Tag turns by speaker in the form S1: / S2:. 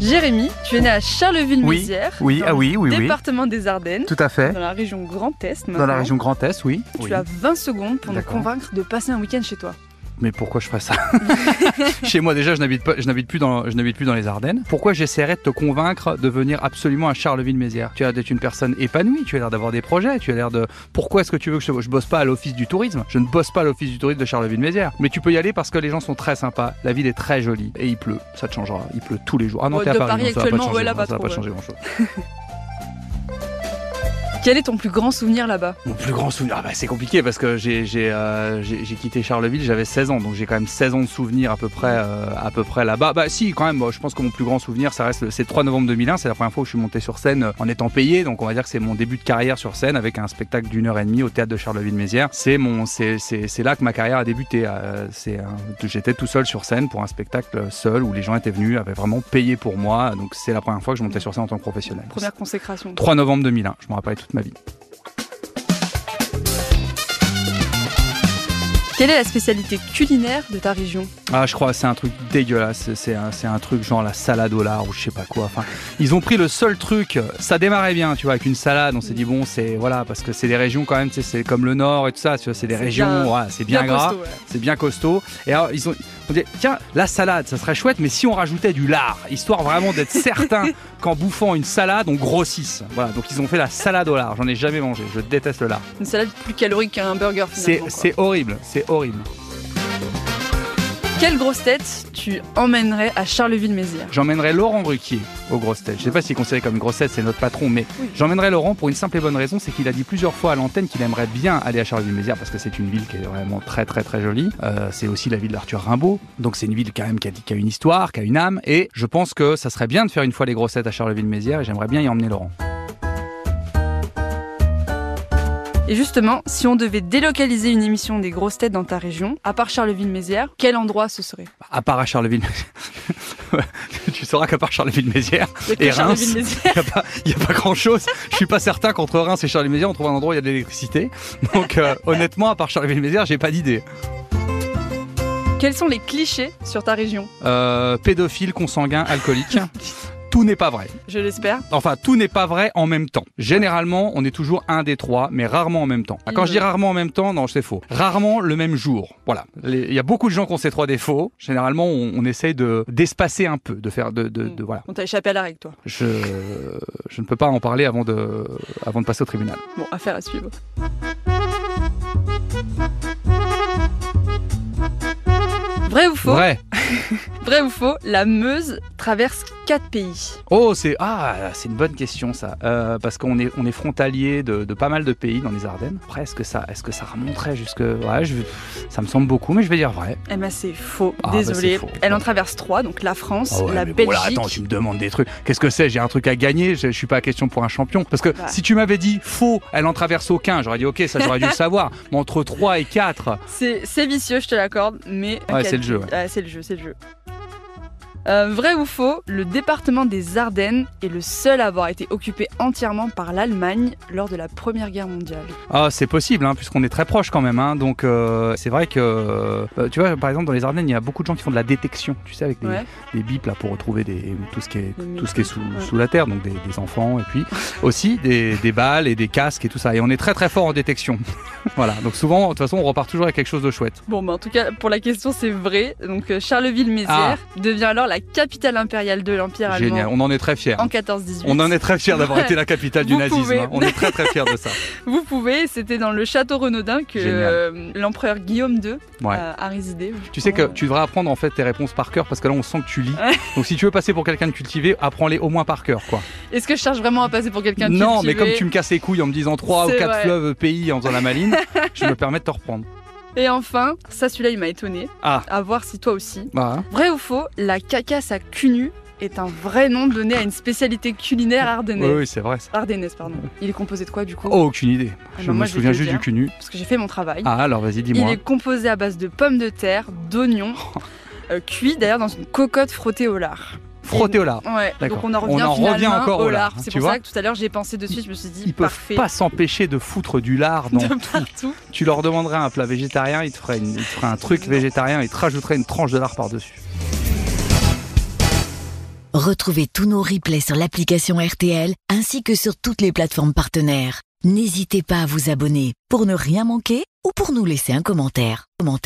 S1: Jérémy, tu es né à Charleville-Mézières,
S2: Oui,
S1: dans
S2: ah oui, oui,
S1: le
S2: oui.
S1: département des Ardennes,
S2: Tout à fait.
S1: dans la région Grand Est.
S2: Dans la
S1: maintenant.
S2: région Grand Est, oui.
S1: Tu
S2: Oui.
S1: as 20 secondes pour nous
S2: D'accord.
S1: convaincre de passer un week-end chez toi.
S2: Mais pourquoi je ferais ça Chez moi déjà, je n'habite pas, je n'habite plus dans, je n'habite plus dans les Ardennes. Pourquoi j'essaierais de te convaincre de venir absolument à Charleville-Mézières Tu as l'air d'être une personne épanouie, tu as l'air d'avoir des projets, tu as l'air de. Pourquoi est-ce que tu veux que je, je bosse pas à l'office du tourisme Je ne bosse pas à l'office du tourisme de Charleville-Mézières. Mais tu peux y aller parce que les gens sont très sympas, la ville est très jolie et il pleut. Ça te changera. Il pleut tous les jours. Ah non,
S1: Ouais,
S2: t'es à
S1: de Paris
S2: Paris, non, ça va pas te
S1: actuellement,
S2: changer,
S1: ouais, là,
S2: non,
S1: pas
S2: ça va
S1: trop,
S2: pas te
S1: ouais.
S2: changer grand-chose.
S1: Quel est ton plus grand souvenir là-bas
S2: Mon plus grand souvenir, ah bah, c'est compliqué parce que j'ai j'ai, euh, j'ai- j'ai quitté Charleville, j'avais 16 ans, donc j'ai quand même 16 ans de souvenirs à peu près, euh, à peu près là-bas. Bah si, quand même, moi, je pense que mon plus grand souvenir, ça reste le, c'est le 3 novembre 2001, c'est la première fois où je suis monté sur scène euh, en étant payé, donc on va dire que c'est mon début de carrière sur scène avec un spectacle d'une heure et demie au théâtre de Charleville-Mézières. C'est mon, c'est c'est- c'est là que ma carrière a débuté. euh, c'est un- j'étais tout seul sur scène pour un spectacle euh, seul où les gens étaient venus, avaient vraiment payé pour moi, donc c'est la première fois que je montais sur scène en tant que professionnel.
S1: Première consécration.
S2: 3 novembre 2001, je m'en rappelle toute ma vie.
S1: Quelle est la spécialité culinaire de ta région
S2: Ah, je crois que c'est un truc dégueulasse. C'est- C'est un, c'est un truc genre la salade au lard ou je sais pas quoi. Enfin, ils ont pris le seul truc. Ça démarrait bien, tu vois, avec une salade. On s'est dit bon, c'est voilà, parce que c'est des régions quand même. Tu sais, c'est comme le Nord et tout ça. Tu vois, c'est des
S1: C'est
S2: régions.
S1: bien-
S2: voilà, c'est bien, gras,
S1: costaud, ouais.
S2: c'est bien costaud. Et alors ils ont, on dit tiens, la salade, ça serait chouette, mais si on rajoutait du lard, histoire vraiment d'être certain qu'en bouffant une salade, on grossisse. Voilà, donc ils ont fait la salade au lard. J'en ai jamais mangé. Je déteste le lard.
S1: Une salade plus calorique qu'un burger
S2: C'est
S1: finalement. quoi.
S2: c'est horrible. C'est horrible.
S1: Quelle grosse tête tu emmènerais à Charleville-Mézières
S2: J'emmènerai Laurent Ruquier aux grosses têtes. Je sais pas s'il est considéré comme une grosse tête, c'est notre patron, mais
S1: Oui.
S2: j'emmènerai Laurent pour une simple et bonne raison, c'est qu'il a dit plusieurs fois à l'antenne qu'il aimerait bien aller à Charleville-Mézières parce que c'est une ville qui est vraiment très très très jolie. Euh, c'est aussi la ville d'Arthur Rimbaud, donc c'est une ville quand même qui a, qui a une histoire, qui a une âme, et je pense que ça serait bien de faire une fois les grosses têtes à Charleville-Mézières et j'aimerais bien y emmener Laurent.
S1: Et justement, si on devait délocaliser une émission des grosses têtes dans ta région, à part Charleville-Mézières, quel endroit ce serait
S2: À part à Charleville, tu sauras qu'à part Charleville-Mézières, Et Reims.
S1: Charleville-Mézières.
S2: Il n'y a, pas grand chose. Je suis pas certain qu'entre Reims et Charleville-Mézières, on trouve un endroit où il y a de l'électricité. Donc, euh, honnêtement, à part Charleville-Mézières, j'ai pas d'idée.
S1: Quels sont les clichés sur ta région
S2: Euh, pédophile, consanguin, alcoolique. Tout n'est pas vrai.
S1: Je l'espère.
S2: Enfin, tout n'est pas vrai en même temps. Généralement, on est toujours un des trois, mais rarement en même temps. Ah, Quand je dis rarement en même temps, non, c'est faux. Rarement le même jour. Voilà. Les- Il y a beaucoup de gens qui ont ces trois défauts. Généralement, on, on essaye de d'espacer un peu, de faire de, de- de- voilà.
S1: On t'a échappé à la règle, toi.
S2: Je je ne peux pas en parler avant de avant de passer au tribunal.
S1: Bon, affaire à suivre. Vrai ou faux
S2: Vrai.
S1: Vrai ou faux La Meuse traverse quatre pays.
S2: Oh, c'est ah, c'est une bonne question ça, Euh, parce qu'on est on est frontalier de, de pas mal de pays dans les Ardennes. Après, est-ce que ça est-ce que ça remonterait jusque ouais, je, ça me semble beaucoup, mais je vais dire vrai.
S1: Eh ben c'est faux,
S2: Ah, bah,
S1: désolé.
S2: c'est faux.
S1: Elle en traverse trois, donc la France,
S2: Ah ouais,
S1: la
S2: mais bon, là,
S1: Belgique.
S2: attends, tu me demandes des trucs. Qu'est-ce que c'est J'ai un truc à gagner. Je, je suis pas à question pour un champion. Parce que
S1: Bah.
S2: si tu m'avais dit faux, elle en traverse aucun, j'aurais dit ok, ça j'aurais dû le savoir. Mais entre 3 et 4,
S1: c'est, c'est vicieux, je te l'accorde, mais.
S2: Ouais, c'est le jeu, ouais.
S1: Ouais, c'est le jeu, c'est le jeu. Euh, vrai ou faux, le département des Ardennes est le seul à avoir été occupé entièrement par l'Allemagne lors de la Première Guerre mondiale.
S2: ah, c'est possible, hein, puisqu'on est très proche quand même. hein. donc euh, c'est vrai que euh, tu vois, par exemple dans les Ardennes, il y a beaucoup de gens qui font de la détection, tu sais, avec des,
S1: Ouais.
S2: des bips là pour retrouver des, tout ce qui est,
S1: Des
S2: tout ce qui est sous,
S1: ouais.
S2: sous la terre, donc des, des enfants et puis aussi des, des balles et des casques et tout ça. Et on est très très fort en détection. voilà, donc souvent de toute façon on repart toujours avec quelque chose de chouette.
S1: Bon, bah, en tout cas, pour la question, c'est vrai. Donc, euh, Charleville-Mézières devient alors la capitale impériale de l'Empire
S2: Ah. Génial,
S1: allemand
S2: on en est très fiers.
S1: en 1418.
S2: On en est très fiers d'avoir
S1: Ouais.
S2: été la capitale du
S1: Vous
S2: nazisme.
S1: pouvez.
S2: hein. On est très très fiers de ça.
S1: Vous pouvez, c'était dans le château Renaudin que
S2: Génial.
S1: euh, l'empereur Guillaume II
S2: Ouais.
S1: a, a résidé. Oh.
S2: Tu sais que tu devras apprendre en fait tes réponses par cœur parce que là on sent que tu lis.
S1: Ouais.
S2: Donc si tu veux passer pour quelqu'un de cultivé, apprends-les au moins par cœur quoi.
S1: Est-ce que je cherche vraiment à passer pour quelqu'un de
S2: Non, mais
S1: cultivé
S2: comme tu me casses les couilles en me disant 3 ou
S1: C'est
S2: 4
S1: vrai.
S2: fleuves pays en faisant la maline, je me permets de te reprendre.
S1: Et enfin, ça celui-là il m'a étonné.
S2: Ah.
S1: À voir si toi aussi.
S2: Bah, hein.
S1: Vrai ou faux, la cacasse à cul nu est un vrai nom donné à une spécialité culinaire
S2: oui,
S1: ardennaise.
S2: oui, c'est vrai ça.
S1: Ardennaise, pardon. Il est composé de quoi du coup
S2: Oh, aucune idée. Je
S1: bah, moi, je
S2: me
S1: vais
S2: souviens
S1: te le
S2: juste du
S1: dire.
S2: cul nu.
S1: Parce que j'ai fait mon travail.
S2: Ah, alors vas-y,
S1: Il
S2: dis-moi.
S1: est composé à base de pommes de terre, d'oignons, euh, cuits d'ailleurs dans une cocotte frottée au lard.
S2: Frotté au lard.
S1: Ouais,
S2: D'accord.
S1: donc on en
S2: On
S1: revient
S2: en
S1: finalement
S2: revient encore au lard, hein,
S1: C'est
S2: tu
S1: pour
S2: vois
S1: ça que tout à l'heure j'ai pensé dessus, je me suis dit
S2: Ils peuvent
S1: parfait.
S2: pas s'empêcher de foutre du lard dans
S1: de partout.
S2: Tu leur demanderais un plat végétarien, ils te feraient, une- ils te feraient un truc végétarien et te rajouteraient une tranche de lard par-dessus.
S3: Retrouvez tous nos replays sur l'application RTL ainsi que sur toutes les plateformes partenaires. N'hésitez pas à vous abonner pour ne rien manquer ou pour nous laisser un commentaire. Commentaire.